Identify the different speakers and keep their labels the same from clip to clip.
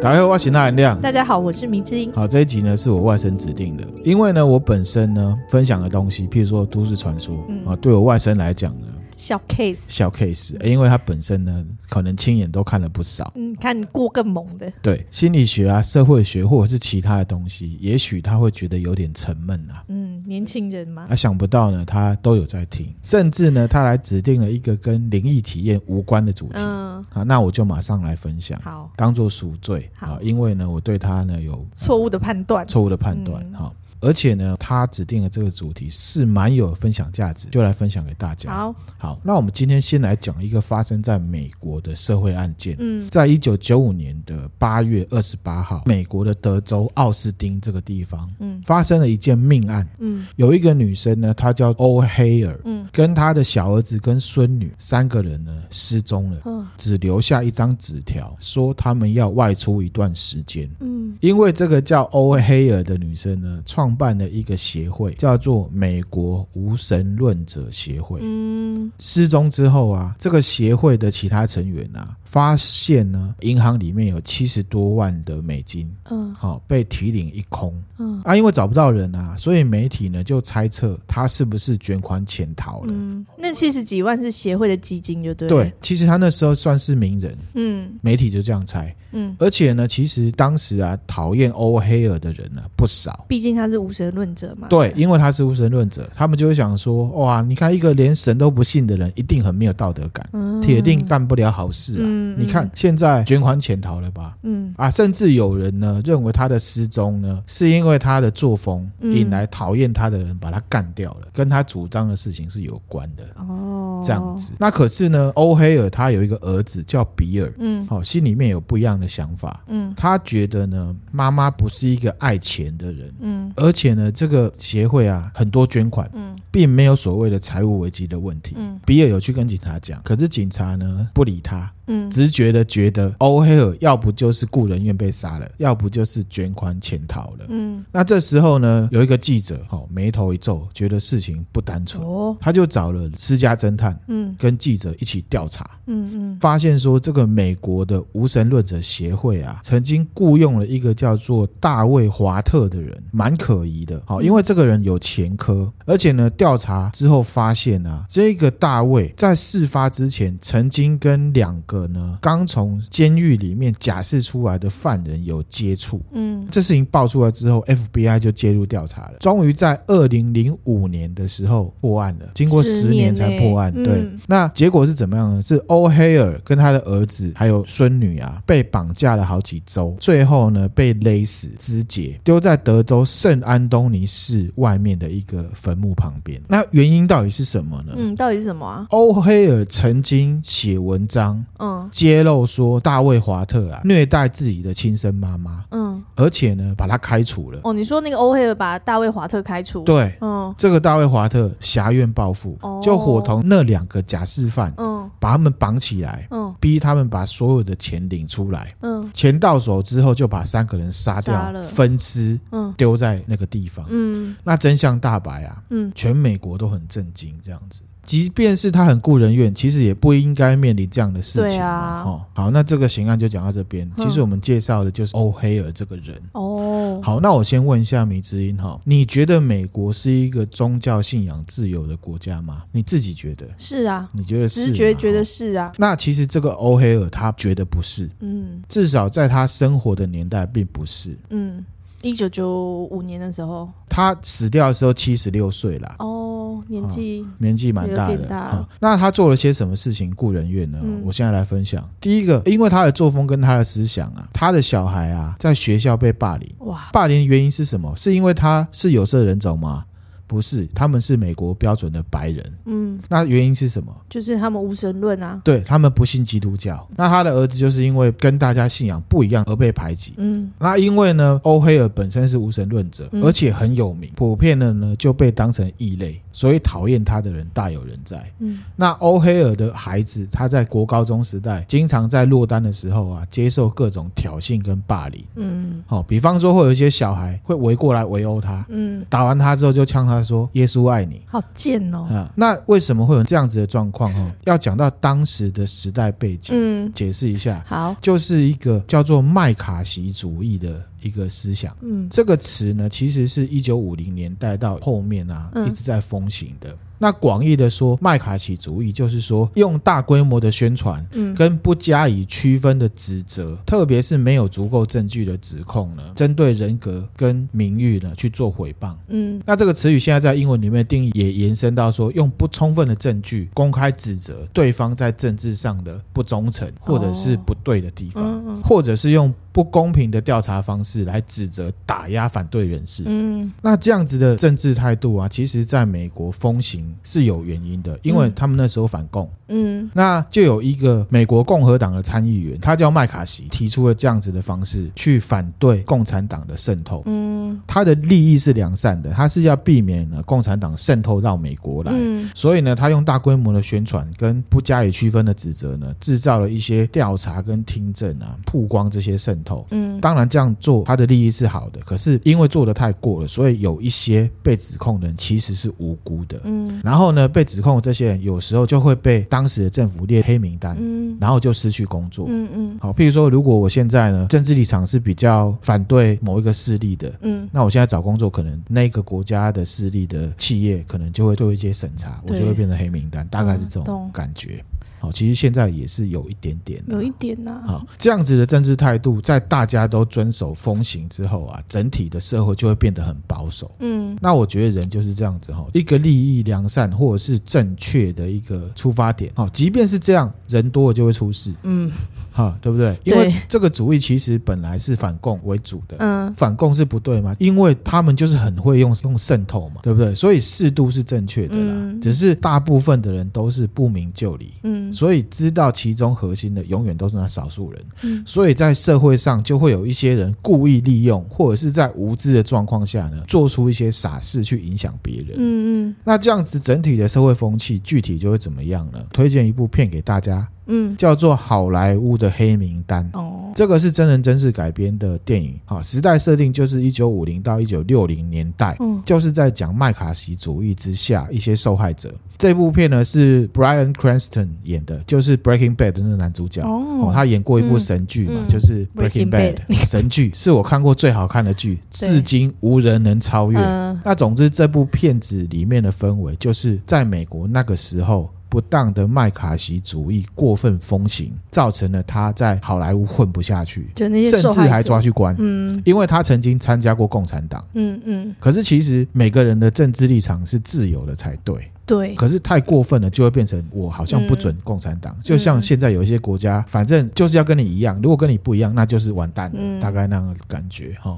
Speaker 1: 大家好，我是那亮。
Speaker 2: 大家好，我是迷之音。
Speaker 1: 好，这一集呢是我外甥指定的，因为呢我本身呢分享的东西，譬如说都市传说、
Speaker 2: 嗯
Speaker 1: 啊，对我外甥来讲呢
Speaker 2: 小 case，
Speaker 1: 小 case，、因欸为他本身呢可能亲眼都看了不少，
Speaker 2: 嗯，看过更猛的，
Speaker 1: 对心理学啊、社会学或者是其他的东西，也许他会觉得有点沉闷啊。
Speaker 2: 嗯，年轻人嘛，
Speaker 1: 啊，想不到呢，他都有在听，甚至呢，他还指定了一个跟灵异体验无关的主题、
Speaker 2: 嗯，
Speaker 1: 啊，那我就马上来分享，
Speaker 2: 好，
Speaker 1: 当做赎罪
Speaker 2: 好
Speaker 1: 啊，因为呢，我对他呢有
Speaker 2: 错误的判断，
Speaker 1: 错误的判断
Speaker 2: 嗯
Speaker 1: 哈、而且呢，他指定的这个主题是蛮有分享价值，就来分享给大家。
Speaker 2: 好，
Speaker 1: 好，那我们今天先来讲一个发生在美国的社会案件。
Speaker 2: 嗯
Speaker 1: 在一九九五年的八月二十八号，美国的德州奥斯汀这个地方
Speaker 2: 嗯
Speaker 1: 发生了一件命案。
Speaker 2: 嗯
Speaker 1: 有一个女生呢，她叫欧黑尔，
Speaker 2: 嗯
Speaker 1: 跟她的小儿子跟孙女三个人呢失踪了，
Speaker 2: 嗯
Speaker 1: 只留下一张纸条，说他们要外出一段时间。
Speaker 2: 嗯
Speaker 1: 因为这个叫欧黑尔的女生呢，创办了一个协会，叫做美国无神论者协会。
Speaker 2: 嗯，
Speaker 1: 失踪之后啊，这个协会的其他成员啊，发现呢，银行里面有七十多万的美金，
Speaker 2: 嗯
Speaker 1: 好、被提领一空
Speaker 2: 嗯
Speaker 1: 啊。因为找不到人啊，所以媒体呢就猜测他是不是卷款潜逃了。
Speaker 2: 嗯，那七十几万是协会的基金，就对，
Speaker 1: 对，，其实他那时候算是名人，
Speaker 2: 嗯
Speaker 1: 媒体就这样猜。
Speaker 2: 嗯，
Speaker 1: 而且呢，其实当时啊，讨厌欧黑尔的人呢、不少。
Speaker 2: 毕竟他是无神论者嘛，
Speaker 1: 对，因为他是无神论者，他们就会想说：哇，你看一个连神都不信的人，一定很没有道德感，
Speaker 2: 嗯，
Speaker 1: 铁定干不了好事啊！
Speaker 2: 嗯
Speaker 1: 你看，现在卷款潜逃了吧？
Speaker 2: 嗯
Speaker 1: 啊，甚至有人呢认为他的失踪呢，是因为他的作风
Speaker 2: 嗯
Speaker 1: 引来讨厌他的人把他干掉了，跟他主张的事情是有关的。
Speaker 2: 哦，
Speaker 1: 这样，子，那可是呢，欧黑尔他有一个儿子叫比尔，
Speaker 2: 嗯
Speaker 1: 好、心里面有不一样的想法，
Speaker 2: 嗯
Speaker 1: 他觉得呢，妈妈不是一个爱钱的人，
Speaker 2: 嗯
Speaker 1: 而且呢，这个协会啊，很多捐款，
Speaker 2: 嗯
Speaker 1: 并没有所谓的财务危机的问题。
Speaker 2: 嗯
Speaker 1: 比尔有去跟警察讲，可是警察呢不理他，
Speaker 2: 嗯，
Speaker 1: 直觉的觉得欧黑尔要不就是雇人员被杀了，要不就是卷款潜逃了。
Speaker 2: 嗯
Speaker 1: 那这时候呢，有一个记者哦眉头一皱，觉得事情不单纯，
Speaker 2: 哦，
Speaker 1: 他就找了私家侦探
Speaker 2: 嗯
Speaker 1: 跟记者一起调查。
Speaker 2: 嗯嗯
Speaker 1: 发现说，这个美国的无神论者协会啊，曾经雇佣了一个叫做大卫华特的人，蛮可疑的。好、
Speaker 2: 嗯
Speaker 1: 因为这个人有前科，而且呢，调查之后发现啊，这个大卫在事发之前，曾经跟两个呢刚从监狱里面假释出来的犯人有接触。
Speaker 2: 嗯
Speaker 1: 这事情爆出来之后，FBI 就介入调查了，终于在二零零五年的时候破案了，经过
Speaker 2: 十
Speaker 1: 十年
Speaker 2: 年
Speaker 1: 才
Speaker 2: 欸
Speaker 1: 破案。
Speaker 2: 嗯
Speaker 1: 对，那结果是怎么样呢？是欧黑尔跟他的儿子还有孙女啊，被绑架了好几周，最后呢被勒死肢解，丢在德州圣安东尼市外面的一个坟墓旁边。那原因到底是什么呢？
Speaker 2: 嗯，到底是什么啊？
Speaker 1: 欧黑尔曾经写文章
Speaker 2: 嗯
Speaker 1: 揭露说，大卫华特啊虐待自己的亲生妈妈，
Speaker 2: 嗯。
Speaker 1: 而且呢把他开除了。
Speaker 2: 哦，你说那个欧黑尔把大卫华特开除？，
Speaker 1: 对，
Speaker 2: 嗯
Speaker 1: 这个大卫华特挟怨报复
Speaker 2: 哦，
Speaker 1: 就伙同那两个假释犯，
Speaker 2: 嗯
Speaker 1: 把他们绑起来，
Speaker 2: 嗯
Speaker 1: 逼他们把所有的钱领出来。
Speaker 2: 嗯
Speaker 1: 钱到手之后，就把三个人杀
Speaker 2: 杀
Speaker 1: 掉，
Speaker 2: 了
Speaker 1: 分尸
Speaker 2: 嗯
Speaker 1: 丢在那个地方。
Speaker 2: 嗯
Speaker 1: 那真相大白啊，
Speaker 2: 嗯
Speaker 1: 全美国都很震惊。这样子，即便是他很顾人怨，其实也不应该面临这样的事
Speaker 2: 对
Speaker 1: 情
Speaker 2: 啊
Speaker 1: 哦，好，那这个刑案就讲到这边。
Speaker 2: 嗯
Speaker 1: 其实我们介绍的就是欧黑尔这个人。
Speaker 2: 哦，
Speaker 1: 好，那我先问一下米之音哈，你觉得美国是一个宗教信仰自由的国家吗？你自己觉得？
Speaker 2: 是啊，
Speaker 1: 你觉得是吗？
Speaker 2: 直觉觉得
Speaker 1: 哦。
Speaker 2: 是啊，
Speaker 1: 那其实这个欧黑尔他觉得不是，
Speaker 2: 嗯
Speaker 1: 至少在他生活的年代并不是。
Speaker 2: 嗯，一九九五年的时候，
Speaker 1: 他死掉的时候七十六岁啦，
Speaker 2: 哦，年纪
Speaker 1: 年纪蛮大
Speaker 2: 有
Speaker 1: 的
Speaker 2: 点大
Speaker 1: 嗯那他做了些什么事情顾人怨呢？
Speaker 2: 嗯
Speaker 1: 我现在来分享。第一个，因为他的作风跟他的思想啊，他的小孩啊在学校被霸凌，
Speaker 2: 哇，
Speaker 1: 霸凌原因是什么？是因为他是有色人种吗？不是，他们是美国标准的白人。
Speaker 2: 嗯，
Speaker 1: 那原因是什么？
Speaker 2: 就是他们无神论啊，
Speaker 1: 对他们不信基督教。那他的儿子就是因为跟大家信仰不一样而被排挤。
Speaker 2: 嗯
Speaker 1: 那因为呢，欧黑尔本身是无神论者，
Speaker 2: 嗯
Speaker 1: 而且很有名，普遍的呢就被当成异类，所以讨厌他的人大有人在。
Speaker 2: 嗯
Speaker 1: 那欧黑尔的孩子，他在国高中时代，经常在落单的时候啊，接受各种挑衅跟霸凌。
Speaker 2: 嗯
Speaker 1: 哦，比方说会有一些小孩会围过来围殴他，
Speaker 2: 嗯
Speaker 1: 打完他之后就呛他下说：“耶稣爱你。”
Speaker 2: 好贱哦。
Speaker 1: 啊，那为什么会有这样子的状况？哦，要讲到当时的时代背景，
Speaker 2: 嗯，
Speaker 1: 解释一下，
Speaker 2: 好，
Speaker 1: 就是一个叫做麦卡锡主义的一个思想。
Speaker 2: 嗯
Speaker 1: 这个词呢，其实是一九五零年代到后面啊，
Speaker 2: 嗯
Speaker 1: 一直在风行的。那广义的说，麦卡锡主义就是说，用大规模的宣传
Speaker 2: 嗯
Speaker 1: 跟不加以区分的指责，特别是没有足够证据的指控呢，针对人格跟名誉呢去做诽谤。
Speaker 2: 嗯
Speaker 1: 那这个词语现在在英文里面的定义也延伸到说，用不充分的证据公开指责对方在政治上的不忠诚或者是不对的地方，
Speaker 2: 哦嗯嗯
Speaker 1: 或者是用不公平的调查方式来指责、打压反对人士。
Speaker 2: 嗯
Speaker 1: 那这样子的政治态度啊，其实在美国风行是有原因的，因为他们那时候反共，
Speaker 2: 嗯
Speaker 1: 那就有一个美国共和党的参议员，他叫麦卡锡，提出了这样子的方式去反对共产党的渗透。
Speaker 2: 嗯
Speaker 1: 他的利益是良善的，他是要避免呢共产党渗透到美国来。
Speaker 2: 嗯
Speaker 1: 所以呢，他用大规模的宣传跟不加以区分的指责呢，制造了一些调查跟听证啊，曝光这些渗透。
Speaker 2: 嗯
Speaker 1: 当然，这样做他的利益是好的，可是因为做的太过了，所以有一些被指控的人其实是无辜的。
Speaker 2: 嗯
Speaker 1: 然后呢，被指控的这些人有时候就会被当时的政府列黑名单，
Speaker 2: 嗯
Speaker 1: 然后就失去工作。
Speaker 2: 嗯
Speaker 1: 好，譬如说，如果我现在呢政治立场是比较反对某一个势力的，
Speaker 2: 嗯
Speaker 1: 那我现在找工作，可能那个国家的势力的企业，可能就会做一些审查，我
Speaker 2: 对
Speaker 1: 就会变成黑名单，大概是这种
Speaker 2: 嗯懂
Speaker 1: 感觉。好、其实现在也是有一点点的、
Speaker 2: 有一点啊呐、
Speaker 1: 好，这样子的政治态度，在大家都遵守风行之后啊，整体的社会就会变得很保守。
Speaker 2: 嗯
Speaker 1: 那我觉得人就是这样子哈，一个利益良善或者是正确的一个出发点，好，即便是这样，人多了就会出事，
Speaker 2: 嗯
Speaker 1: 哈，对不对？因为
Speaker 2: 对
Speaker 1: 这个主义其实本来是反共为主的，
Speaker 2: 嗯
Speaker 1: 反共是不对嘛，因为他们就是很会用用渗透嘛，对不对？所以适度是正确的啦，
Speaker 2: 嗯
Speaker 1: 只是大部分的人都是不明就里。
Speaker 2: 嗯
Speaker 1: 所以知道其中核心的，永远都是那少数人。
Speaker 2: 嗯
Speaker 1: 所以在社会上，就会有一些人故意利用，或者是在无知的状况下呢，做出一些傻事去影响别人。
Speaker 2: 嗯
Speaker 1: 那这样子，整体的社会风气具体就会怎么样呢？推荐一部片给大家，
Speaker 2: 嗯嗯
Speaker 1: 叫做《好莱坞的黑名单》。
Speaker 2: 哦
Speaker 1: 这个是真人真事改编的电影，好，时代设定就是一九五零到一九六零年代，
Speaker 2: 嗯
Speaker 1: 就是在讲麦卡锡主义之下一些受害者。这部片呢是 Brian Cranston 演的，就是《Breaking Bad》的那个男主角。哦，
Speaker 2: 哦
Speaker 1: 他演过一部
Speaker 2: 嗯
Speaker 1: 神剧嘛，
Speaker 2: 嗯
Speaker 1: 就是《Breaking
Speaker 2: Breaking
Speaker 1: Bad》神剧，是我看过最好看的 剧，至今无人能超越。
Speaker 2: 嗯
Speaker 1: 那总之，这部片子里面的氛围就是在美国那个时候，不当的麦卡锡主义过分风行，造成了他在好莱坞混不下去，
Speaker 2: 就那些
Speaker 1: 甚
Speaker 2: 受
Speaker 1: 至
Speaker 2: 害者
Speaker 1: 还抓去关，
Speaker 2: 嗯
Speaker 1: 因为他曾经参加过共产党。
Speaker 2: 嗯嗯
Speaker 1: 可是其实每个人的政治立场是自由的才对，
Speaker 2: 对
Speaker 1: 可是太过分了就会变成我好像不准共产
Speaker 2: 嗯
Speaker 1: 党，就像现在有一些国家，反正就是要跟你一样，如果跟你不一样，那就是完蛋了，
Speaker 2: 嗯
Speaker 1: 大概那样的感觉哈。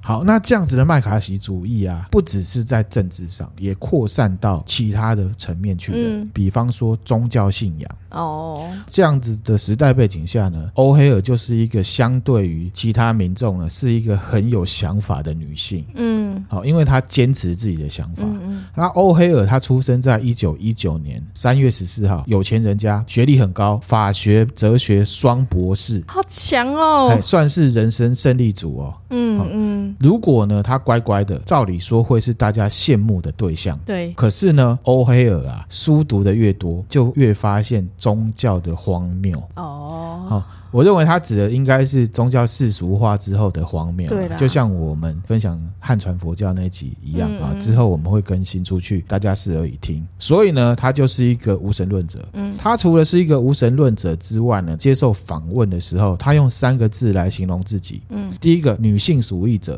Speaker 1: 好，那这样子的麦卡锡主义啊，不只是在政治上，也扩散到其他的层面去了。
Speaker 2: 嗯
Speaker 1: 比方说宗教信仰，
Speaker 2: 哦
Speaker 1: 这样子的时代背景下呢，欧黑尔就是一个相对于其他民众呢，是一个很有想法的女性。
Speaker 2: 嗯
Speaker 1: 好，因为她坚持自己的想法，
Speaker 2: 嗯嗯
Speaker 1: 那欧黑尔他出生在一九一九年三月十四号，有钱人家，学历很高，法学、哲学双博士，
Speaker 2: 好强
Speaker 1: 哎、
Speaker 2: 哦
Speaker 1: 算是人生胜利组哦。
Speaker 2: 嗯嗯
Speaker 1: 如果呢，他乖乖的，照理说会是大家羡慕的对象。
Speaker 2: 对
Speaker 1: 可是呢，欧黑尔啊，书读的越多，就越发现宗教的荒谬。
Speaker 2: 哦
Speaker 1: 好、我认为他指的应该是宗教世俗化之后的荒谬啊，
Speaker 2: 对啦
Speaker 1: 就像我们分享汉传佛教那一集一样啊。
Speaker 2: 嗯嗯
Speaker 1: 之后我们会更新出去，大家适合以听。所以呢，他就是一个无神论者。
Speaker 2: 嗯
Speaker 1: 他除了是一个无神论者之外呢，接受访问的时候，他用三个字来形容自己：
Speaker 2: 嗯
Speaker 1: 第一个，女性主义者；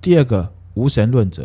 Speaker 1: 第二个，无神论者；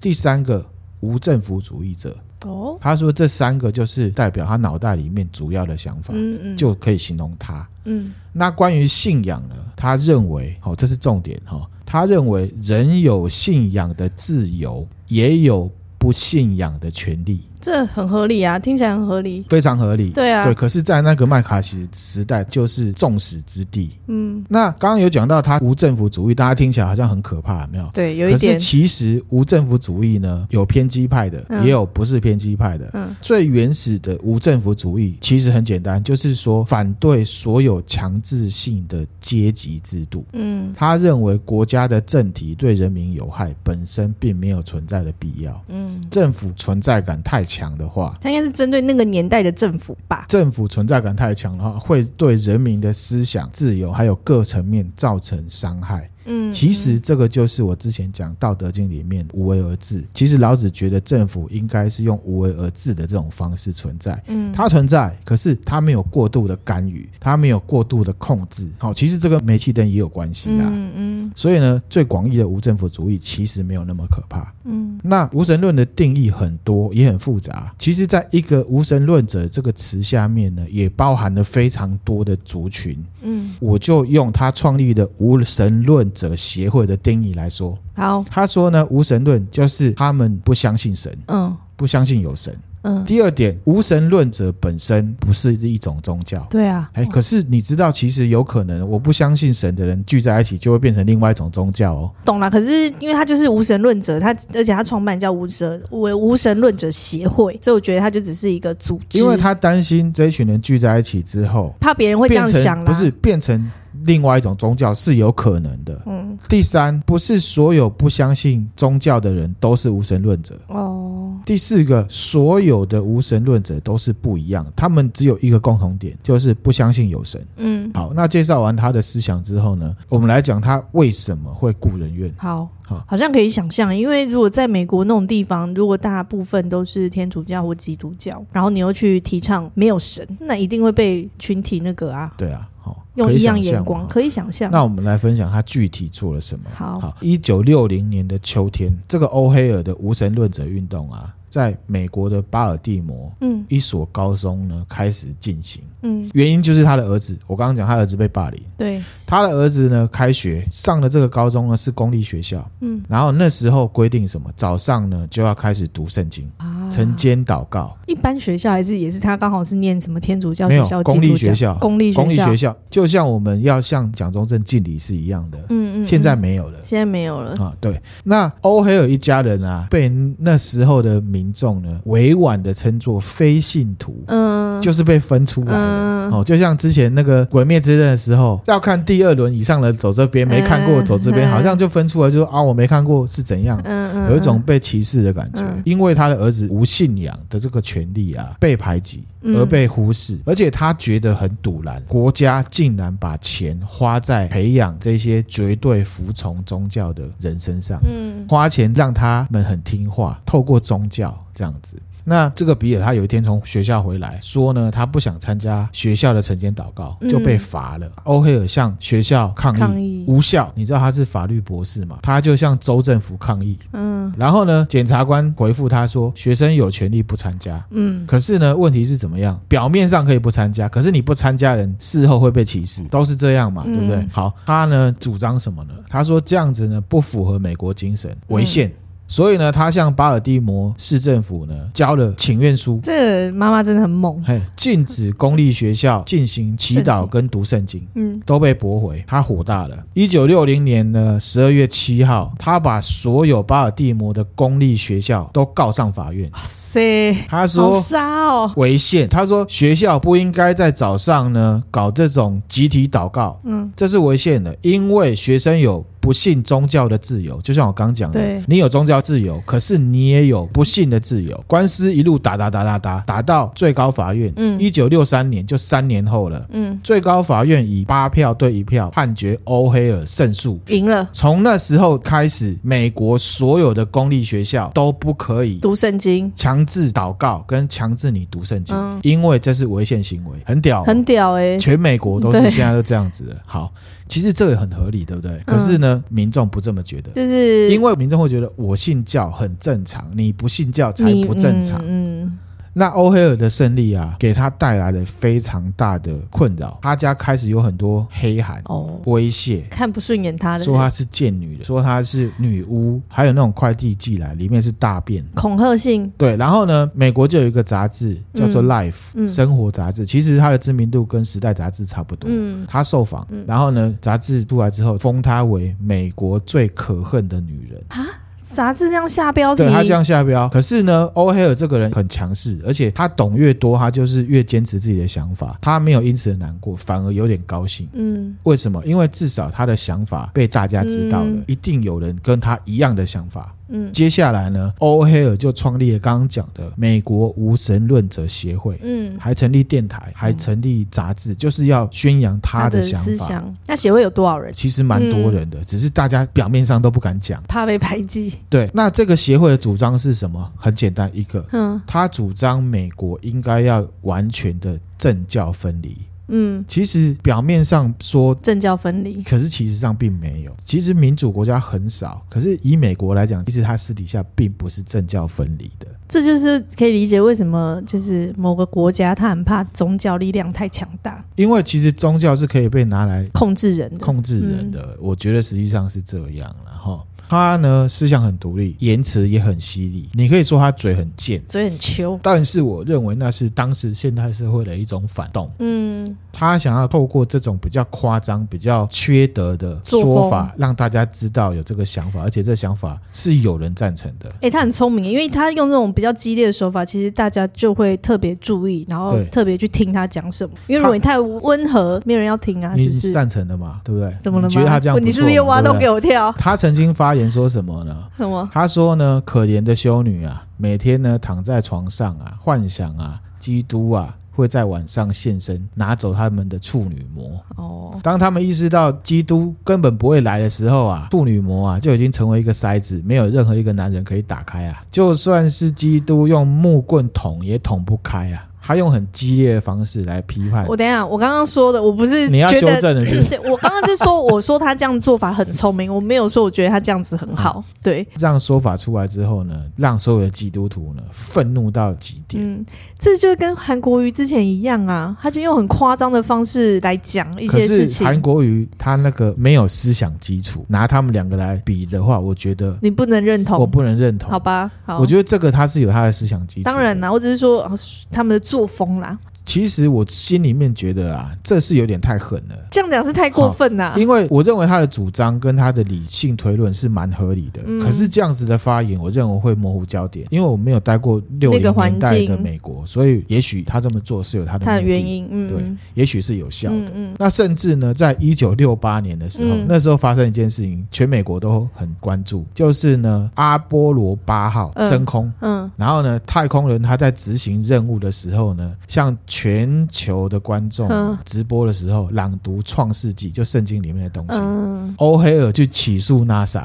Speaker 1: 第三个，无政府主义者。
Speaker 2: 哦
Speaker 1: 他说这三个就是代表他脑袋里面主要的想法，
Speaker 2: 嗯嗯
Speaker 1: 就可以形容他。
Speaker 2: 嗯
Speaker 1: 那关于信仰呢？他认为，哦，这是重点哈、哦。他认为人有信仰的自由，也有不信仰的权利。
Speaker 2: 这很合理啊，听起来很合理。
Speaker 1: 非常合理。
Speaker 2: 对啊
Speaker 1: 对，可是，在那个麦卡锡时代，就是众矢之的。
Speaker 2: 嗯，
Speaker 1: 那刚刚有讲到他无政府主义，大家听起来好像很可怕，有没有？
Speaker 2: 对，有一
Speaker 1: 可是
Speaker 2: 点，
Speaker 1: 其实无政府主义呢，有偏激派的，
Speaker 2: 嗯
Speaker 1: 也有不是偏激派的。
Speaker 2: 嗯
Speaker 1: 最原始的无政府主义其实很简单，就是说反对所有强制性的阶级制度。
Speaker 2: 嗯
Speaker 1: 他认为国家的政体对人民有害，本身并没有存在的必要。
Speaker 2: 嗯，
Speaker 1: 政府存在感太强的话，
Speaker 2: 他应该是针对那个年代的政府吧？
Speaker 1: 政府存在感太强的话，会对人民的思想自由还有各层面造成伤害。
Speaker 2: 嗯，
Speaker 1: 其实这个就是我之前讲《道德经》里面“无为而治”。其实老子觉得政府应该是用无为而治的这种方式存在。
Speaker 2: 嗯，嗯，
Speaker 1: 它存在，可是它没有过度的干预，它没有过度的控制。好、其实这跟煤气灯也有关系啊啦。
Speaker 2: 嗯嗯
Speaker 1: 所以呢，最广义的无政府主义其实没有那么可怕。
Speaker 2: 嗯
Speaker 1: 那无神论的定义很多，也很复杂。其实，在一个无神论者这个词下面呢，也包含了非常多的族群。
Speaker 2: 嗯，
Speaker 1: 我就用他创立的无神论者协会的定义来说，
Speaker 2: 好，
Speaker 1: 他说呢，无神论就是他们不相信神，
Speaker 2: 嗯
Speaker 1: 不相信有神。
Speaker 2: 嗯，
Speaker 1: 第二点，无神论者本身不是一种宗教。
Speaker 2: 对啊，
Speaker 1: 哎，可是你知道，其实有可能我不相信神的人聚在一起，就会变成另外一种宗教哦。
Speaker 2: 懂了，可是因为他就是无神论者，他而且他创办叫无神为无神论者协会，所以我觉得他就只是一个组织，
Speaker 1: 因为他担心这一群人聚在一起之后，
Speaker 2: 怕别人会这
Speaker 1: 变
Speaker 2: 样
Speaker 1: 成
Speaker 2: 想啦，
Speaker 1: 不是，变成另外一种宗教是有可能的。
Speaker 2: 嗯，
Speaker 1: 第三，不是所有不相信宗教的人都是无神论者。
Speaker 2: 哦，
Speaker 1: 第四个，所有的无神论者都是不一样，他们只有一个共同点，就是不相信有神。
Speaker 2: 嗯，
Speaker 1: 好，那介绍完他的思想之后呢，我们来讲他为什么会故人怨。
Speaker 2: 好
Speaker 1: 好，
Speaker 2: 好像可以想象，因为如果在美国那种地方，如果大部分都是天主教或基督教，然后你又去提倡没有神，那一定会被群体那个啊，
Speaker 1: 对啊，好，
Speaker 2: 用
Speaker 1: 可以
Speaker 2: 异样
Speaker 1: 想象
Speaker 2: 眼
Speaker 1: 嘛
Speaker 2: 光，可以想象。
Speaker 1: 那我们来分享他具体做了什么。
Speaker 2: 好
Speaker 1: 好，一九六零年的秋天，这个欧黑尔的无神论者运动啊，在美国的巴尔的摩
Speaker 2: 嗯
Speaker 1: 一所高中呢开始进行。
Speaker 2: 嗯，
Speaker 1: 原因就是他的儿子，我刚刚讲他儿子被霸凌，
Speaker 2: 对，
Speaker 1: 他的儿子呢开学上的这个高中呢是公立学校，
Speaker 2: 嗯
Speaker 1: 然后那时候规定什么，早上呢就要开始读圣经、
Speaker 2: 啊
Speaker 1: 晨间祷告，
Speaker 2: 一般学校还是也是他刚好是念什么天主教
Speaker 1: 没
Speaker 2: 学
Speaker 1: 有
Speaker 2: 校、
Speaker 1: 公
Speaker 2: 基
Speaker 1: 立
Speaker 2: 督
Speaker 1: 学校，
Speaker 2: 公立
Speaker 1: 公立
Speaker 2: 校
Speaker 1: 学，校，就像我们要向蒋中正敬礼是一样的，
Speaker 2: 嗯嗯，
Speaker 1: 现在
Speaker 2: 嗯
Speaker 1: 没有了。
Speaker 2: 现在没有了，
Speaker 1: 啊，对，那欧黑尔一家人啊，被那时候的民众呢委婉的称作非信徒，
Speaker 2: 嗯，
Speaker 1: 就是被分出来的。
Speaker 2: 嗯
Speaker 1: 哦，就像之前那个《鬼灭之刃》的时候，要看第二轮以上的走这边，没看过
Speaker 2: 嗯
Speaker 1: 走这边，
Speaker 2: 嗯
Speaker 1: 好像就分出来，就说啊我没看过是怎样
Speaker 2: 嗯，嗯，
Speaker 1: 有一种
Speaker 2: 嗯
Speaker 1: 被歧视的感觉
Speaker 2: 嗯。
Speaker 1: 因为他的儿子无信仰的这个权利啊，被排挤
Speaker 2: 嗯
Speaker 1: 而被忽视，而且他觉得很堵然，国家竟然把钱花在培养这些绝对服从宗教的人身上。
Speaker 2: 嗯
Speaker 1: 花钱让他们很听话，透过宗教这样子。那这个比尔他有一天从学校回来，说呢，他不想参加学校的晨间祷告，
Speaker 2: 嗯
Speaker 1: 就被罚了。欧黑尔向学校抗议
Speaker 2: 抗议
Speaker 1: 无效，你知道他是法律博士嘛？他就向州政府抗议。
Speaker 2: 嗯
Speaker 1: 然后呢，检察官回复他说，学生有权利不参加。
Speaker 2: 嗯，
Speaker 1: 可是呢，问题是怎么样？表面上可以不参加，可是你不参加人，事后会被歧视，都是这样嘛，
Speaker 2: 嗯
Speaker 1: 对不对？好，他呢主张什么呢？他说这样子呢不符合美国精
Speaker 2: 嗯
Speaker 1: 神，违宪。所以呢，他向巴尔的摩市政府呢交了请愿书，
Speaker 2: 这妈妈真的很猛，
Speaker 1: 嘿，禁止公立学校进行祈
Speaker 2: 圣
Speaker 1: 祷
Speaker 2: 经
Speaker 1: 跟读圣经。
Speaker 2: 嗯
Speaker 1: 都被驳回，他火大了。一九六零年呢，十二月七号，他把所有巴尔的摩的公立学校都告上法院。
Speaker 2: 塞，
Speaker 1: 他说
Speaker 2: 啊好，杀哦，
Speaker 1: 违宪。他说学校不应该在早上呢搞这种集体祷告，
Speaker 2: 嗯
Speaker 1: 这是违宪的，因为学生有不信宗教的自由。就像我刚讲的
Speaker 2: 对，
Speaker 1: 你有宗教自由，可是你也有不信的自由。官司一路打打打打打，打到最高法院。
Speaker 2: 嗯
Speaker 1: 一九六三年，就三年后了。
Speaker 2: 嗯，
Speaker 1: 最高法院以八票对一票判决欧黑尔胜诉。
Speaker 2: 赢了。
Speaker 1: 从那时候开始，美国所有的公立学校都不可以
Speaker 2: 读圣经，
Speaker 1: 强制祷告跟强制你读圣经，
Speaker 2: 嗯
Speaker 1: 因为这是违宪行为，很屌哦、
Speaker 2: 很屌哎、
Speaker 1: 全美国都是
Speaker 2: 对
Speaker 1: 现在都这样子 的。好，其实这个很合理，对不对？可是呢，民众不这么觉得，
Speaker 2: 嗯就是
Speaker 1: 因为民众会觉得我信教很正常，你不信教才
Speaker 2: 你
Speaker 1: 不正常。
Speaker 2: 嗯，嗯
Speaker 1: 那欧黑尔的胜利啊，给他带来了非常大的困扰，他家开始有很多黑函
Speaker 2: 哦，
Speaker 1: 威胁。
Speaker 2: 看不顺眼他的
Speaker 1: 说她
Speaker 2: 人，
Speaker 1: 是贱女人，说她是女巫，还有那种快递寄来里面是大便。
Speaker 2: 恐吓性
Speaker 1: 对，然后呢，美国就有一个杂志叫做《
Speaker 2: 嗯
Speaker 1: Life、
Speaker 2: 嗯
Speaker 1: 生活杂志，其实它的知名度跟《时代》杂志差不多。
Speaker 2: 嗯
Speaker 1: 她受访，然后呢，杂志出来之后，封她为美国最可恨的女人。
Speaker 2: 啊，杂志这样下标题，
Speaker 1: 对她这样下标，可是呢，欧黑尔这个人很强势，而且她懂越多，她就是越坚持自己的想法。她没有因此而难过，反而有点高兴。
Speaker 2: 嗯
Speaker 1: 为什么？因为至少她的想法被大家知道了，
Speaker 2: 嗯
Speaker 1: 一定有人跟她一样的想法。
Speaker 2: 嗯
Speaker 1: 接下来呢，欧黑尔就创立了刚刚讲的美国无神论者协会，
Speaker 2: 嗯，
Speaker 1: 还成立电台，还成立杂志，就是要宣扬他的
Speaker 2: 的
Speaker 1: 想
Speaker 2: 思
Speaker 1: 法。
Speaker 2: 想，嗯那协会有多少人？
Speaker 1: 其实蛮多人的，只是大家表面上都不敢讲。
Speaker 2: 怕被排挤，
Speaker 1: 对，那这个协会的主张是什么？很简单，一个，
Speaker 2: 嗯
Speaker 1: 他主张美国应该要完全的政教分离。
Speaker 2: 嗯，
Speaker 1: 其实表面上说
Speaker 2: 政教分离，
Speaker 1: 可是其实上并没有。其实民主国家很少，可是以美国来讲，其实它私底下并不是政教分离的。
Speaker 2: 这就是可以理解为什么就是某个国家他很怕宗教力量太强大
Speaker 1: 因为其实宗教是可以被拿来
Speaker 2: 控制人的，
Speaker 1: 控制人的，我觉得实际上是这样啦。然后他呢思想很独立，言辞也很犀利，你可以说他嘴很贱。
Speaker 2: 嘴很秋，
Speaker 1: 但是我认为那是当时现代社会的一种反动，
Speaker 2: 嗯
Speaker 1: 他想要透过这种比较夸张、比较缺德的
Speaker 2: 作风
Speaker 1: 说法，让大家知道有这个想法，而且这想法是有人赞成的。
Speaker 2: 哎、他很聪明，因为他用这种比较激烈的手法，其实大家就会特别注意，然后
Speaker 1: 对
Speaker 2: 特别去听他讲什么。因为如果你太温和，没有人要听啊，是
Speaker 1: 你
Speaker 2: 不是？
Speaker 1: 赞成的嘛，对不对？
Speaker 2: 怎么了吗？
Speaker 1: 你觉得他这样不错嘛，
Speaker 2: 你是不是又挖洞给
Speaker 1: 我？
Speaker 2: 我跳？
Speaker 1: 他曾经发言说什么呢？
Speaker 2: 什么？
Speaker 1: 他说呢，可怜的修女啊，每天呢躺在床上啊，幻想啊，基督啊会在晚上现身，拿走他们的处女膜。
Speaker 2: 哦，
Speaker 1: 当他们意识到基督根本不会来的时候啊，处女膜啊就已经成为一个筛子，没有任何一个男人可以打开啊。就算是基督用木棍捅也捅不开啊。他用很激烈的方式来批判，
Speaker 2: 我等一下，我刚刚说的，我不是
Speaker 1: 你要
Speaker 2: 觉
Speaker 1: 修
Speaker 2: 得嗯
Speaker 1: 正的是不是
Speaker 2: 对我刚刚是说，我说他这样做法很聪明，我没有说我觉得他这样子很好。
Speaker 1: 嗯
Speaker 2: 对，
Speaker 1: 这样说法出来之后呢，让所有的基督徒呢愤怒到极点。
Speaker 2: 嗯，这就跟韩国瑜之前一样啊，他就用很夸张的方式来讲一
Speaker 1: 可
Speaker 2: 些事
Speaker 1: 是韩
Speaker 2: 情，
Speaker 1: 国瑜他那个没有思想基础，拿他们两个来比的话，我觉得
Speaker 2: 你不能认同，
Speaker 1: 我不能认同。
Speaker 2: 好吧？好，
Speaker 1: 我觉得这个他是有他的思想基础。
Speaker 2: 当然，啦，我只是说啊他们的作风啦，
Speaker 1: 其实我心里面觉得啊，这是有点太狠了。
Speaker 2: 这样讲是太过分啦。
Speaker 1: 因为我认为他的主张跟他的理性推论是蛮合理的，
Speaker 2: 嗯
Speaker 1: 可是这样子的发言，我认为会模糊焦点，因为我没有待过六
Speaker 2: 那个
Speaker 1: 零
Speaker 2: 环
Speaker 1: 年代的
Speaker 2: 境
Speaker 1: 美国，所以也许他这么做是有他的
Speaker 2: 他的
Speaker 1: 目的
Speaker 2: 原，因，
Speaker 1: 对
Speaker 2: 嗯，
Speaker 1: 也许是有效的。
Speaker 2: 嗯嗯，
Speaker 1: 那甚至呢，在一九六八年的时候，
Speaker 2: 嗯
Speaker 1: 那时候发生一件事情，全美国都很关注，就是呢，阿波罗八号
Speaker 2: 嗯
Speaker 1: 升空。
Speaker 2: 嗯，
Speaker 1: 然后呢，太空人他在执行任务的时候呢，向全球的观众
Speaker 2: 嗯
Speaker 1: 直播的时候，朗读《创世纪》就圣经里面的东西。
Speaker 2: 嗯，
Speaker 1: 欧黑尔去起诉 NASA，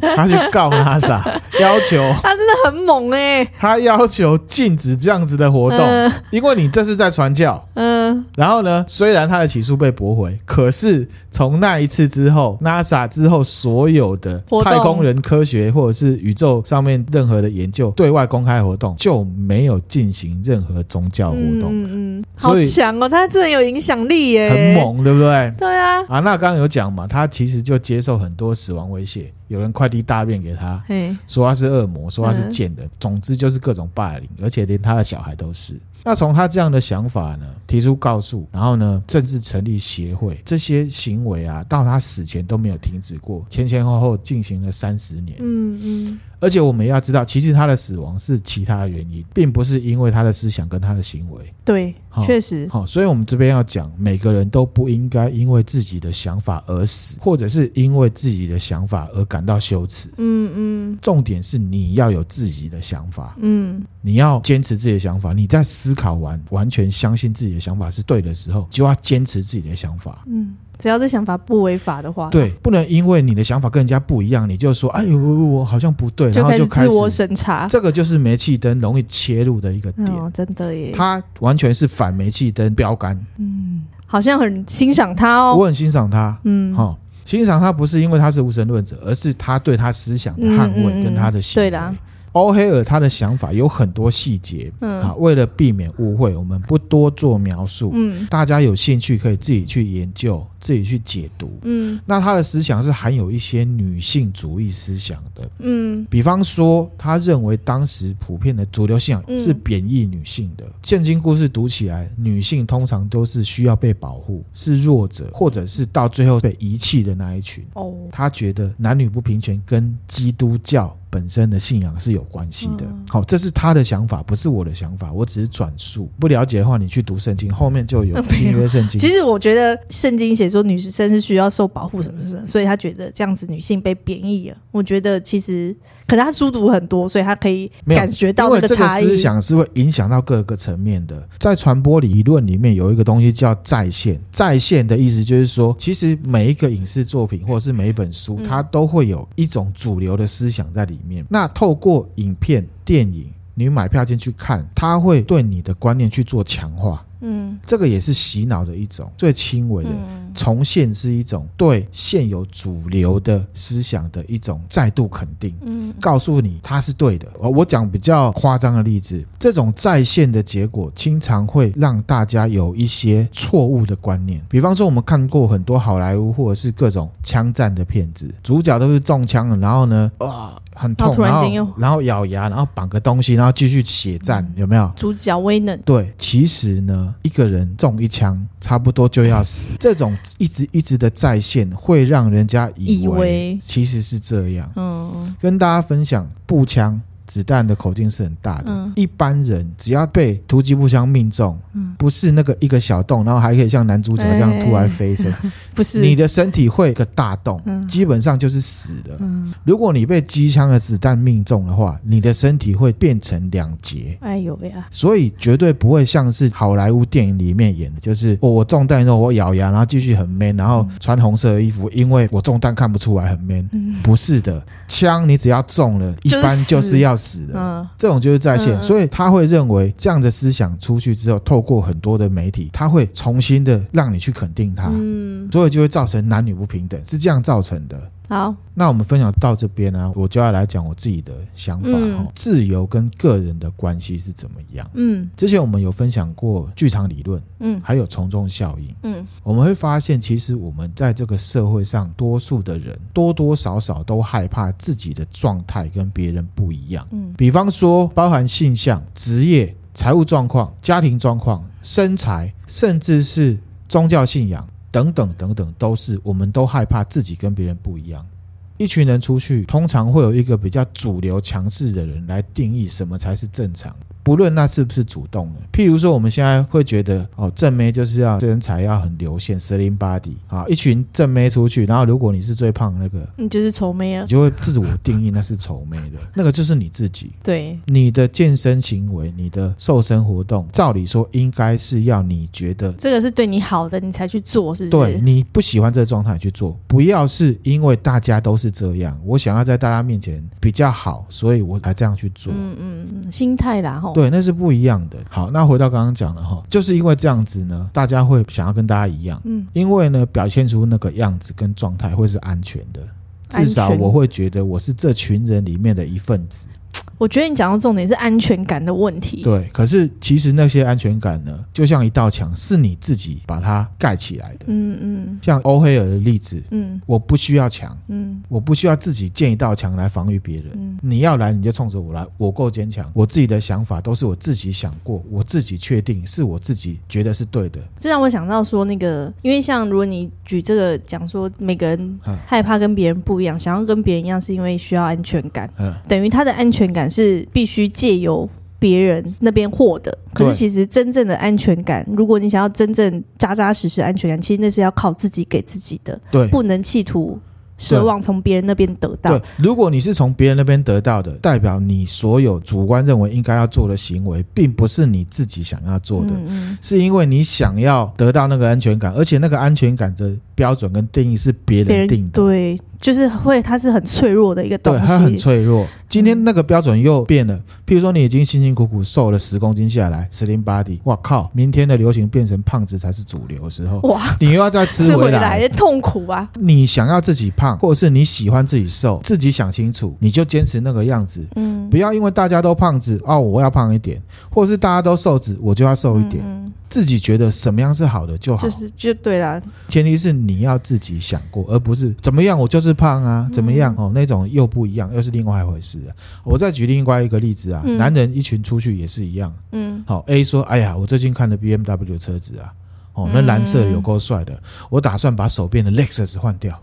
Speaker 1: 他去告 NASA，要求
Speaker 2: 他真的很猛哎、
Speaker 1: 他要求禁止这样子的活动，
Speaker 2: 嗯
Speaker 1: 因为你这是在传教。
Speaker 2: 嗯，
Speaker 1: 然后呢，虽然他的起诉被驳回，可是从那一次之后，NASA 之后所有的
Speaker 2: 活动
Speaker 1: 太空人科学或者是宇宙上面任何的研究，对外公开活动就没有进行任何宗教活动，
Speaker 2: 嗯嗯嗯，好
Speaker 1: 所以
Speaker 2: 强哦，他真的有影响力耶、
Speaker 1: 很，猛，对不对？
Speaker 2: 对啊，
Speaker 1: 啊，那刚刚有讲嘛，他其实就接受很多死亡威胁，有人快递大便给他，
Speaker 2: 嘿，
Speaker 1: 说他是恶魔，说他是
Speaker 2: 嗯
Speaker 1: 贱人，总之就是各种霸凌，而且连他的小孩都是。那从他这样的想法呢，提出告诉，然后呢，甚至成立协会，这些行为啊，到他死前都没有停止过，前前后后进行了三十年。
Speaker 2: 嗯嗯
Speaker 1: 而且我们也要知道，其实他的死亡是其他的原因，并不是因为他的思想跟他的行为。
Speaker 2: 对
Speaker 1: 好，
Speaker 2: 确实，
Speaker 1: 好、所以我们这边要讲，每个人都不应该因为自己的想法而死，或者是因为自己的想法而感到羞耻。
Speaker 2: 嗯嗯
Speaker 1: 重点是你要有自己的想法，
Speaker 2: 嗯，
Speaker 1: 你要坚持自己的想法。你在思考完，完全相信自己的想法是对的时候，就要坚持自己的想法。
Speaker 2: 嗯，只要这想法不违法的话，，
Speaker 1: 对，不能因为你的想法跟人家不一样，你就说：“哎呦，我我好像不对。”
Speaker 2: 就
Speaker 1: 然后
Speaker 2: 开
Speaker 1: 就
Speaker 2: 始
Speaker 1: 开
Speaker 2: 自
Speaker 1: 始
Speaker 2: 我审查，
Speaker 1: 这个就是煤气灯容易切入的一个点，
Speaker 2: 哦，真的耶，
Speaker 1: 它完全是反煤气灯标杆。
Speaker 2: 嗯，好像很欣赏他
Speaker 1: 我
Speaker 2: 哦，
Speaker 1: 很欣赏它，
Speaker 2: 嗯，
Speaker 1: 哈、欣赏他不是因为他是无神论者，而是他对他思想的捍卫
Speaker 2: 嗯嗯嗯
Speaker 1: 跟他的行为。
Speaker 2: 对啦
Speaker 1: 欧黑尔他的想法有很多细节，
Speaker 2: 嗯
Speaker 1: 啊，为了避免误会，我们不多做描述，
Speaker 2: 嗯
Speaker 1: 大家有兴趣可以自己去研究，自己去解读。
Speaker 2: 嗯
Speaker 1: 那他的思想是含有一些女性主义思想的，
Speaker 2: 嗯
Speaker 1: 比方说，他认为当时普遍的主流信仰
Speaker 2: 嗯
Speaker 1: 是贬义女性的。现今故事读起来，女性通常都是需要被保护，是弱者，或者是到最后被遗弃的那一群。
Speaker 2: 哦，
Speaker 1: 他觉得男女不平权跟基督教本身的信仰是有关系的
Speaker 2: 嗯。
Speaker 1: 好、这是他的想法，不是我的想法，我只是转述。不了解的话，你去读圣经，后面 就有
Speaker 2: 嗯
Speaker 1: 新约圣经。
Speaker 2: 其实我觉得圣经写说女生是需要受保护什么什么，所以他觉得这样子女性被贬义了。我觉得其实可能他书读很多，所以他可以
Speaker 1: 没有
Speaker 2: 感觉
Speaker 1: 因
Speaker 2: 到
Speaker 1: 为
Speaker 2: 那
Speaker 1: 这个
Speaker 2: 差异
Speaker 1: 思。想是会影响到各个层面的，在传播理论里面有一个东西叫在线。在线的意思就是说，其实每一个影视作品或者是每一本书，
Speaker 2: 嗯
Speaker 1: 它都会有一种主流的思想在里面。那透过影片、电影，你买票进去看，它会对你的观念去做强化。
Speaker 2: 嗯
Speaker 1: 这个也是洗脑的一种，最轻微的。
Speaker 2: 嗯
Speaker 1: 重现是一种对现有主流的思想的一种再度肯定。
Speaker 2: 嗯
Speaker 1: 告诉你他是对的。哦我我讲比较夸张的例子，这种在线的结果，经常会让大家有一些错误的观念。比方说，我们看过很多好莱坞或者是各种枪战的片子，主角都是中枪了，然后呢，啊，很痛
Speaker 2: 然，后突然间
Speaker 1: 然
Speaker 2: 又嗯
Speaker 1: 后然后咬牙，然后绑个东西，然后继续血战，有没有？
Speaker 2: 主角威能，
Speaker 1: 对，其实呢，一个人中一枪，差不多就要 死。这种一直一直的在线，会让人家
Speaker 2: 以为
Speaker 1: 其实是这样。
Speaker 2: 嗯
Speaker 1: 跟大家分享，步枪子弹的口径是很大的。
Speaker 2: 嗯
Speaker 1: 一般人只要被突击步枪命中，
Speaker 2: 嗯，
Speaker 1: 不是那个一个小洞，然后还可以像男主角这样
Speaker 2: 哎
Speaker 1: 突然飞升，
Speaker 2: 不是
Speaker 1: 你的身体会有一个大洞，
Speaker 2: 嗯
Speaker 1: 基本上就是死了。
Speaker 2: 嗯，
Speaker 1: 如果你被机枪的子弹命中的话，你的身体会变成两截。
Speaker 2: 哎呦喂啊，
Speaker 1: 所以绝对不会像是好莱坞电影里面演的，就是我我中弹之后我咬牙，然后继续很 man，然后穿红色的衣服，因为我中弹看不出来很 man。不是的，枪你只要中了，一
Speaker 2: 就是
Speaker 1: 般
Speaker 2: 死
Speaker 1: 就是要死的。
Speaker 2: 嗯
Speaker 1: 这种就是在线，
Speaker 2: 嗯嗯
Speaker 1: 所以他会认为这样的思想出去之后，透过很多的媒体，他会重新的让你去肯定他，
Speaker 2: 嗯，
Speaker 1: 所以就会造成男女不平等，是这样造成的。
Speaker 2: 好，
Speaker 1: 那我们分享到这边呢、我就要来讲我自己的想法哈、
Speaker 2: 嗯
Speaker 1: 齁自由跟个人的关系是怎么样。
Speaker 2: 嗯
Speaker 1: 之前我们有分享过剧场理论，
Speaker 2: 嗯
Speaker 1: 还有从众效应。
Speaker 2: 嗯
Speaker 1: 我们会发现，其实我们在这个社会上，多数的人多多少少都害怕自己的状态跟别人不一样。
Speaker 2: 嗯
Speaker 1: 比方说，包含性向、职业、财务状况、家庭状况、身材，甚至是宗教信仰等等等等，都是我们都害怕自己跟别人不一样。一群人出去，通常会有一个比较主流强势的人来定义什么才是正常，不论那是不是主动的。譬如说，我们现在会觉得哦，正妹就是要身材要很流线 slim body 啊，一群正妹出去，然后如果你是最胖的那个，
Speaker 2: 你就是丑妹啊
Speaker 1: 你，就会自我定义那是丑妹的， 那个就是你自己。
Speaker 2: 对，
Speaker 1: 你的健身行为、你的瘦身活动，照理说应该是要你觉得
Speaker 2: 这个是对你好的，你才去做，是不
Speaker 1: 对
Speaker 2: 是？
Speaker 1: 你不喜欢这个状态去做，不要是因为大家都是这样，我想要在大家面前比较好，所以我才这样去做。
Speaker 2: 嗯嗯嗯，心态啦，吼，
Speaker 1: 对，那是不一样的。好，那回到刚刚讲了哈，就是因为这样子呢，大家会想要跟大家一样，
Speaker 2: 嗯
Speaker 1: 因为呢，表现出那个样子跟状态会是安全的，至少
Speaker 2: 安全
Speaker 1: 我会觉得我是这群人里面的一份子。
Speaker 2: 我觉得你讲到重点是安全感的问题。
Speaker 1: 对，可是其实那些安全感呢，就像一道墙，是你自己把它盖起来的。
Speaker 2: 嗯嗯
Speaker 1: 像欧黑尔的例子，
Speaker 2: 嗯
Speaker 1: 我不需要墙，
Speaker 2: 嗯
Speaker 1: 我不需要自己建一道墙来防御别人。
Speaker 2: 嗯
Speaker 1: 你要来你就冲着我来，我够坚强，我自己的想法都是我自己想过，我自己确定是我自己觉得是对的。
Speaker 2: 这让我想到说，那个，因为像如果你举这个讲说，每个人
Speaker 1: 嗯
Speaker 2: 害怕跟别人不一样，想要跟别人一样，是因为需要安全感，
Speaker 1: 嗯，
Speaker 2: 等于他的安全感是必须借由。别人那边获得，可
Speaker 1: 对
Speaker 2: 是其实真正的安全感，如果你想要真正扎扎实实安全感，其实那是要靠自己给自己的，
Speaker 1: 对。
Speaker 2: 不能企图奢望从别人那边得到
Speaker 1: 对。，如果你是从别人那边得到的，代表你所有主观认为应该要做的行为，并不是你自己想要做的。
Speaker 2: 嗯嗯
Speaker 1: 是因为你想要得到那个安全感，而且那个安全感的标准跟定义是别
Speaker 2: 别
Speaker 1: 人定的，
Speaker 2: 人对，就是会，它是很脆弱的一个东
Speaker 1: 对，
Speaker 2: 西，
Speaker 1: 它很脆弱。今天那个标准又变了，譬如说你已经辛辛苦苦瘦了十公斤下来，十零八底，哇靠！明天的流行变成胖子才是主流的时候，
Speaker 2: 哇，
Speaker 1: 你又要再吃
Speaker 2: 吃
Speaker 1: 回
Speaker 2: 回
Speaker 1: 来。
Speaker 2: 来痛苦啊！
Speaker 1: 你想要自己胖，或者是你喜欢自己瘦，自己想清楚，你就坚持那个样子。
Speaker 2: 嗯，嗯
Speaker 1: 不要因为大家都胖子哦，我要胖一点，或者是大家都瘦子，我就要瘦一点。
Speaker 2: 嗯
Speaker 1: 自己觉得什么样是好的就
Speaker 2: 嗯
Speaker 1: 好，
Speaker 2: 就是就对啦，
Speaker 1: 前提是你要自己想过，而不是怎么样我就是胖
Speaker 2: 嗯
Speaker 1: 啊，怎么样、哦那种又不一样，又是另外一回事、啊。我再举另外一个例子啊，
Speaker 2: 嗯
Speaker 1: 男人一群出去也是一样，
Speaker 2: 嗯
Speaker 1: 好、A 说，哎呀，我最近看了 BMW 车子啊，哦
Speaker 2: 嗯
Speaker 1: 那蓝色的有够帅的，我打算把手边的 Lexus 换掉。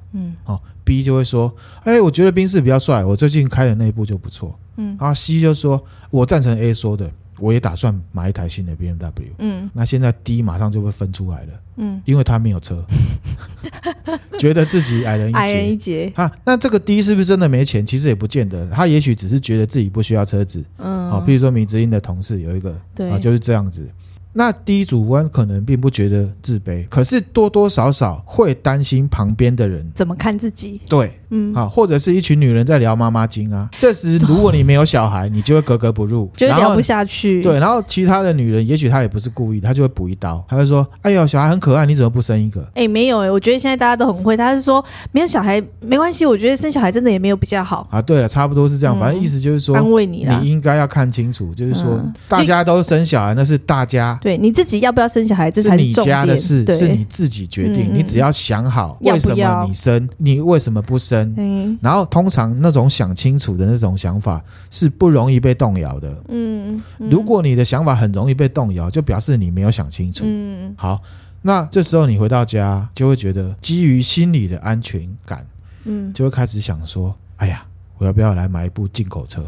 Speaker 1: 哦
Speaker 2: 嗯
Speaker 1: B 就会说，哎，我觉得宾士比较帅，我最近开的那一部就不错。
Speaker 2: 嗯
Speaker 1: 然后 C 就说，我赞成 A 说的，我也打算买一台新的 BMW。
Speaker 2: 嗯
Speaker 1: 那现在 D 马上就被分出来了。
Speaker 2: 嗯，
Speaker 1: 因为他没有 车，觉得自己矮人一
Speaker 2: 矮人一
Speaker 1: 截。
Speaker 2: 截，
Speaker 1: 啊，那这个 D 是不是真的没钱？其实也不见得，他也许只是觉得自己不需要车子。哦
Speaker 2: 嗯，
Speaker 1: 好、比如说米之音的同事有一个
Speaker 2: 对
Speaker 1: 啊，就是这样子。那 D 主观可能并不觉得自卑，可是多多少少会担心旁边的人。
Speaker 2: 怎么看自己？
Speaker 1: 对，
Speaker 2: 嗯，
Speaker 1: 啊，或者是一群女人在聊妈妈经啊。这时如果你没有小孩，你就会格格不入，
Speaker 2: 觉得
Speaker 1: 然后
Speaker 2: 聊不下去，
Speaker 1: 对，，然后其他的女人，也许她也不是故意的，她就会补一刀，她会说：“哎呦，小孩很可爱，你怎么不生一个？”
Speaker 2: 哎、没有哎、我觉得现在大家都很会。他是说没有小孩没关系，我觉得生小孩真的也没有比较好，
Speaker 1: 啊，对了，差不多是这样，
Speaker 2: 嗯
Speaker 1: 反正意思就是说，
Speaker 2: 安慰你啦。
Speaker 1: 你应该要看清楚，就是说
Speaker 2: 嗯
Speaker 1: 大家都生小孩，那是大家。
Speaker 2: 对你自己要不要生小孩，这才
Speaker 1: 你
Speaker 2: 重
Speaker 1: 家
Speaker 2: 点。
Speaker 1: 的事，
Speaker 2: 对，
Speaker 1: 是你自己决定。
Speaker 2: 嗯嗯
Speaker 1: 你只要想好
Speaker 2: 要
Speaker 1: 为什
Speaker 2: 不要
Speaker 1: 么你生，你为什么不生。
Speaker 2: 嗯
Speaker 1: 然后通常那种想清楚的那种想法是不容易被动摇的。
Speaker 2: 嗯，嗯
Speaker 1: 如果你的想法很容易被动摇，就表示你没有想清楚。
Speaker 2: 嗯
Speaker 1: 好，那这时候你回到家，就会觉得基于心理的安全感，
Speaker 2: 嗯
Speaker 1: 就会开始想说，哎呀，我要不要来买一部进口车？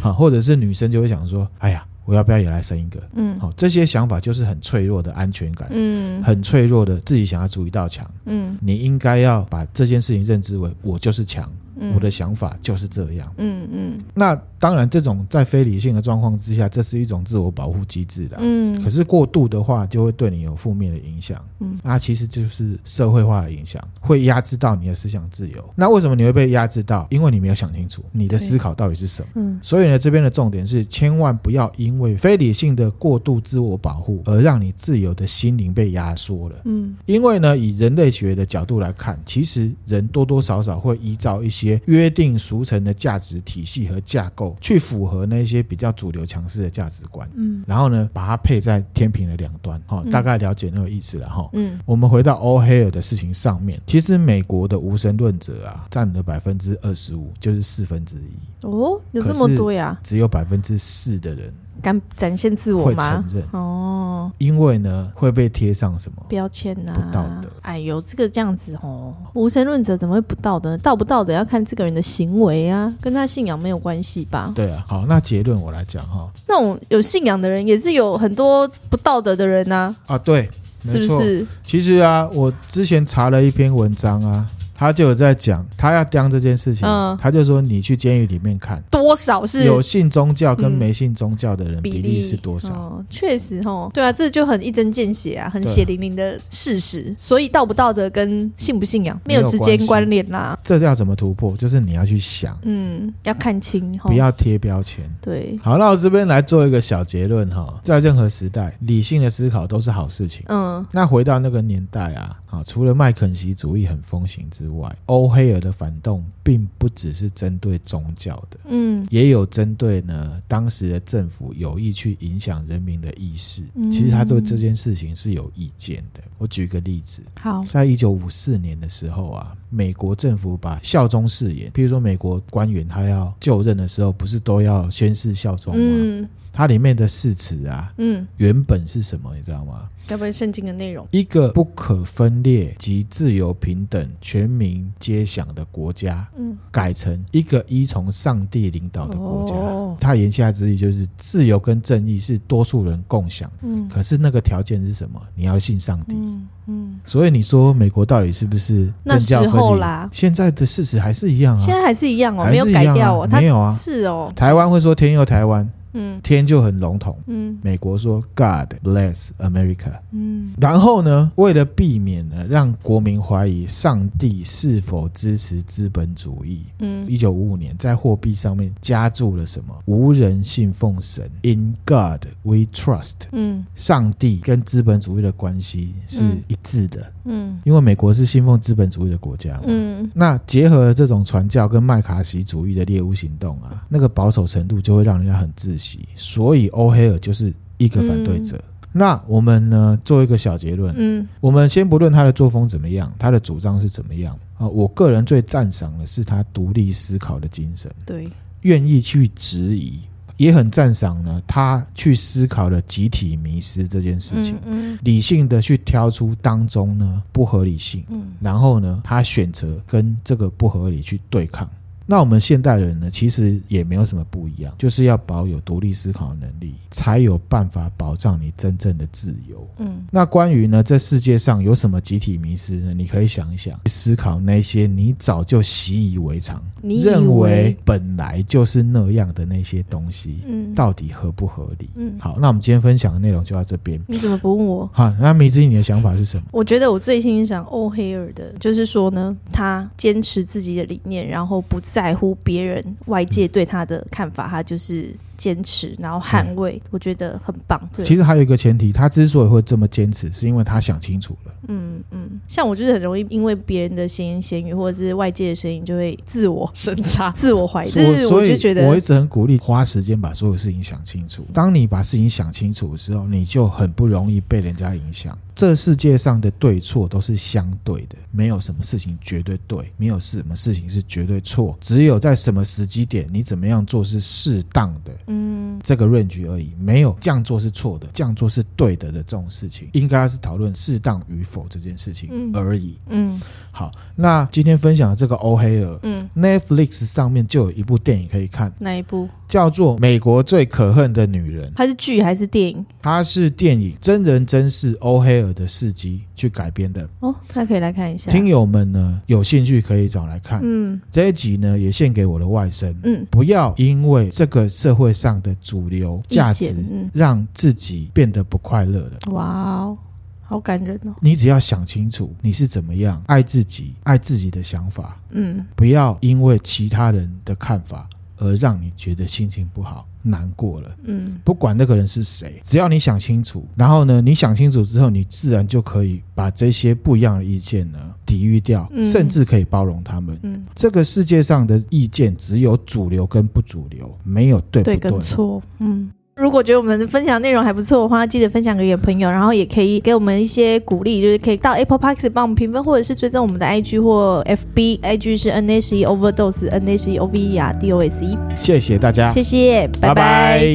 Speaker 1: 好，或者是女生就会想说，哎呀，我要不要也来生一个？
Speaker 2: 嗯
Speaker 1: 好，这些想法就是很脆弱的安全感，
Speaker 2: 嗯
Speaker 1: 很脆弱的自己想要筑一道墙。
Speaker 2: 嗯
Speaker 1: 你应该要把这件事情认知为我就是墙，
Speaker 2: 嗯，
Speaker 1: 我的想法就是这样。
Speaker 2: 嗯嗯
Speaker 1: 那当然，这种在非理性的状况之下，这是一种自我保护机制的。
Speaker 2: 嗯
Speaker 1: 可是过度的话，就会对你有负面的影响。
Speaker 2: 嗯
Speaker 1: 嗯，那其实就是社会化的影响，会压制到你的思想自由。那为什么你会被压制到？因为你没有想清楚你的思考到底是什么。
Speaker 2: 嗯
Speaker 1: 所以呢，这边的重点是，千万不要因为非理性的过度自我保护，而让你自由的心灵被压缩了。
Speaker 2: 嗯
Speaker 1: 因为呢，以人类学的角度来看，其实人多多少少会依照一些约定俗成的价值体系和架构，去符合那些比较主流强势的价值观。
Speaker 2: 嗯
Speaker 1: 然后呢，把它配在天平的两端，哈、哦
Speaker 2: 嗯，
Speaker 1: 大概了解那个意思了，哈、
Speaker 2: 嗯
Speaker 1: 我们回到欧黑尔的事情上面，其实美国的无神论者啊，占了百分之二十五，就是四分之一，
Speaker 2: 哦，有这
Speaker 1: 可
Speaker 2: 么
Speaker 1: 是
Speaker 2: 多呀？
Speaker 1: 只有百分之四的人
Speaker 2: 敢展现自我
Speaker 1: 会承
Speaker 2: 吗？
Speaker 1: 认，
Speaker 2: 哦，
Speaker 1: 因为呢会被贴上什么？
Speaker 2: 标签呐、
Speaker 1: 不道德
Speaker 2: 哎呦，这个这样子哦，无神论者怎么会不道德？道不道德要看这个人的行为啊，跟他信仰没有关系吧？
Speaker 1: 对啊，好，那结论我来讲哈、
Speaker 2: 那种有信仰的人也是有很多不道德的人呐、
Speaker 1: 啊，对，没
Speaker 2: 是不
Speaker 1: 错。
Speaker 2: 是？
Speaker 1: 其实啊，我之前查了一篇文章啊，他就有在讲他要当这件事情，
Speaker 2: 嗯
Speaker 1: 他就说你去监狱里面看，
Speaker 2: 多少是
Speaker 1: 有信宗教跟
Speaker 2: 嗯
Speaker 1: 没信宗教的人比
Speaker 2: 例
Speaker 1: 例是多少？
Speaker 2: 哦确、实哦，对啊，这就很一针见血啊，很
Speaker 1: 对啊
Speaker 2: 血淋淋的事实。所以道不道德跟信不信仰
Speaker 1: 没
Speaker 2: 没
Speaker 1: 有
Speaker 2: 有直接
Speaker 1: 关系
Speaker 2: 关联啦。
Speaker 1: 这要怎么突破？就是你要去想，
Speaker 2: 嗯，要看清哈。
Speaker 1: 不要贴标签。
Speaker 2: 对，
Speaker 1: 好，那我这边来做一个小结论哈，在任何时代，理性的思考都是好事情。
Speaker 2: 嗯
Speaker 1: 那回到那个年代啊，啊，除了麦肯锡主义很风行之外，欧黑尔的反动并不只是针对宗教的，
Speaker 2: 嗯
Speaker 1: 也有针对呢当时的政府有意去影响人民的意识
Speaker 2: 嗯。
Speaker 1: 其实他对这件事情是有意见的。我举个例子，
Speaker 2: 好，
Speaker 1: 在一九五四年的时候啊，美国政府把效忠誓言，譬如说美国官员他要就任的时候，不是都要宣誓效忠吗？
Speaker 2: 嗯
Speaker 1: 它里面的誓词啊，
Speaker 2: 嗯，
Speaker 1: 原本是什么，你知道吗？
Speaker 2: 该不会圣经的内容？
Speaker 1: 一个不可分裂及自由平等、全民皆享的国家，
Speaker 2: 嗯，
Speaker 1: 改成一个依从上帝领导的国家。
Speaker 2: 哦
Speaker 1: 它言下之意就是，自由跟正义是多数人共享，
Speaker 2: 嗯
Speaker 1: 可是那个条件是什么？你要信上帝。
Speaker 2: 嗯嗯，
Speaker 1: 所以你说美国到底是不是政教
Speaker 2: 那时候
Speaker 1: 分离
Speaker 2: 啦？
Speaker 1: 现在的事实还是一样
Speaker 2: 现
Speaker 1: 啊。
Speaker 2: 在还是一样哦，
Speaker 1: 还
Speaker 2: 没
Speaker 1: 是
Speaker 2: 有
Speaker 1: 一
Speaker 2: 改
Speaker 1: 样啊
Speaker 2: 掉哦，它
Speaker 1: 没有啊
Speaker 2: 是哦，
Speaker 1: 台湾会说天佑台湾，
Speaker 2: 嗯
Speaker 1: 天就很笼统。
Speaker 2: 嗯
Speaker 1: 美国说 God bless America，
Speaker 2: 嗯
Speaker 1: 然后呢，为了避免呢让国民怀疑上帝是否支持资本主义，
Speaker 2: 嗯
Speaker 1: 一九五五年在货币上面加注了什么？无人信奉神，In God we trust。
Speaker 2: 嗯
Speaker 1: 上帝跟资本主义的关系是一致的，
Speaker 2: 嗯
Speaker 1: 因为美国是信奉资本主义的国家嘛。
Speaker 2: 嗯
Speaker 1: 那结合了这种传教跟麦卡锡主义的猎巫行动啊，那个保守程度就会让人家很窒息。所以欧黑尔就是一个反对者。那我们呢，做一个小结论。
Speaker 2: 嗯
Speaker 1: 我们先不论他的作风怎么样，他的主张是怎么样啊、我个人最赞赏的是他独立思考的精神，
Speaker 2: 对，
Speaker 1: 愿意去质疑，也很赞赏呢他去思考了集体迷失这件事情，
Speaker 2: 嗯
Speaker 1: 理性的去挑出当中呢不合理性。
Speaker 2: 嗯
Speaker 1: 然后呢，他选择跟这个不合理去对抗。那我们现代人呢，其实也没有什么不一样，就是要保有独立思考的能力，才有办法保障你真正的自由。
Speaker 2: 嗯
Speaker 1: 那关于呢，这世界上有什么集体迷失呢？你可以想一想，思考那些你早就习以为常，
Speaker 2: 你以为
Speaker 1: 认为本来就是那样的那些东西，
Speaker 2: 嗯
Speaker 1: 到底合不合理？
Speaker 2: 嗯，
Speaker 1: 好，那我们今天分享的内容就到这边。
Speaker 2: 你怎么不问我？
Speaker 1: 好，那迷之，你的想法是什么？
Speaker 2: 我觉得我最欣赏欧黑尔的，就是说呢，他坚持自己的理念，然后不在乎别人外界对他的看法，他就是坚持，然后捍卫，我觉得很棒。对，
Speaker 1: 其实还有一个前提，他之所以会这么坚持，是因为他想清楚了。
Speaker 2: 嗯嗯，像我就是很容易因为别人的闲言闲语或者是外界的声音，就会自我审查、自我怀疑，
Speaker 1: 所以
Speaker 2: 就是
Speaker 1: 所
Speaker 2: 我
Speaker 1: 以
Speaker 2: 就觉
Speaker 1: 我一
Speaker 2: 得。
Speaker 1: 直很鼓励花时间把所有事情想清楚。当你把事情想清楚的时候，你就很不容易被人家影响。这世界上的对错都是相对的，没有什么事情绝对对，没有什么事情是绝对错，只有在什么时机点你怎么样做是适当的。
Speaker 2: 嗯
Speaker 1: 这个 range 而已，没有这样做是错的，这样做是对的的这种事情，应该是讨论适当与否这件事情
Speaker 2: 嗯
Speaker 1: 而已。
Speaker 2: 嗯
Speaker 1: 好，那今天分享的这个欧黑尔
Speaker 2: 嗯，
Speaker 1: ，Netflix 上面就有一部电影可以看，
Speaker 2: 哪一部？
Speaker 1: 叫做《美国最可恨的女人》，
Speaker 2: 它是剧还是电影？
Speaker 1: 它是电影真人真事欧黑尔的事迹去改编的。
Speaker 2: 哦，那可以来看一下。
Speaker 1: 听友们呢有兴趣可以找来看。
Speaker 2: 嗯
Speaker 1: 这一集呢也献给我的外甥，
Speaker 2: 嗯，
Speaker 1: 不要因为这个社会上的主流价
Speaker 2: 意
Speaker 1: 值
Speaker 2: 见，嗯，
Speaker 1: 让自己变得不快乐了。
Speaker 2: 哇哦，好感人哦。
Speaker 1: 你只要想清楚你是怎么样爱自己，爱自己的想法，
Speaker 2: 嗯
Speaker 1: 不要因为其他人的看法而让你觉得心情不好、难过了。
Speaker 2: 嗯
Speaker 1: 不管那个人是谁，只要你想清楚，然后呢，你想清楚之后，你自然就可以把这些不一样的意见呢抵御掉，
Speaker 2: 嗯
Speaker 1: 甚至可以包容他们。
Speaker 2: 嗯，
Speaker 1: 这个世界上的意见只有主流跟不主流，没有对不
Speaker 2: 对
Speaker 1: 对。
Speaker 2: 跟错，嗯。如果觉得我们的分享内容还不错的话，记得分享给你的朋友，然后也可以给我们一些鼓励，就是可以到 Apple p a r k s 帮我们评分，或者是追踪我们的 IG 或 FB，IG 是 N E A 十一 Overdose N A 十一 O V E R D O S E，
Speaker 1: 谢谢大家，
Speaker 2: 谢谢，
Speaker 1: 拜
Speaker 2: 拜拜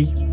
Speaker 1: 拜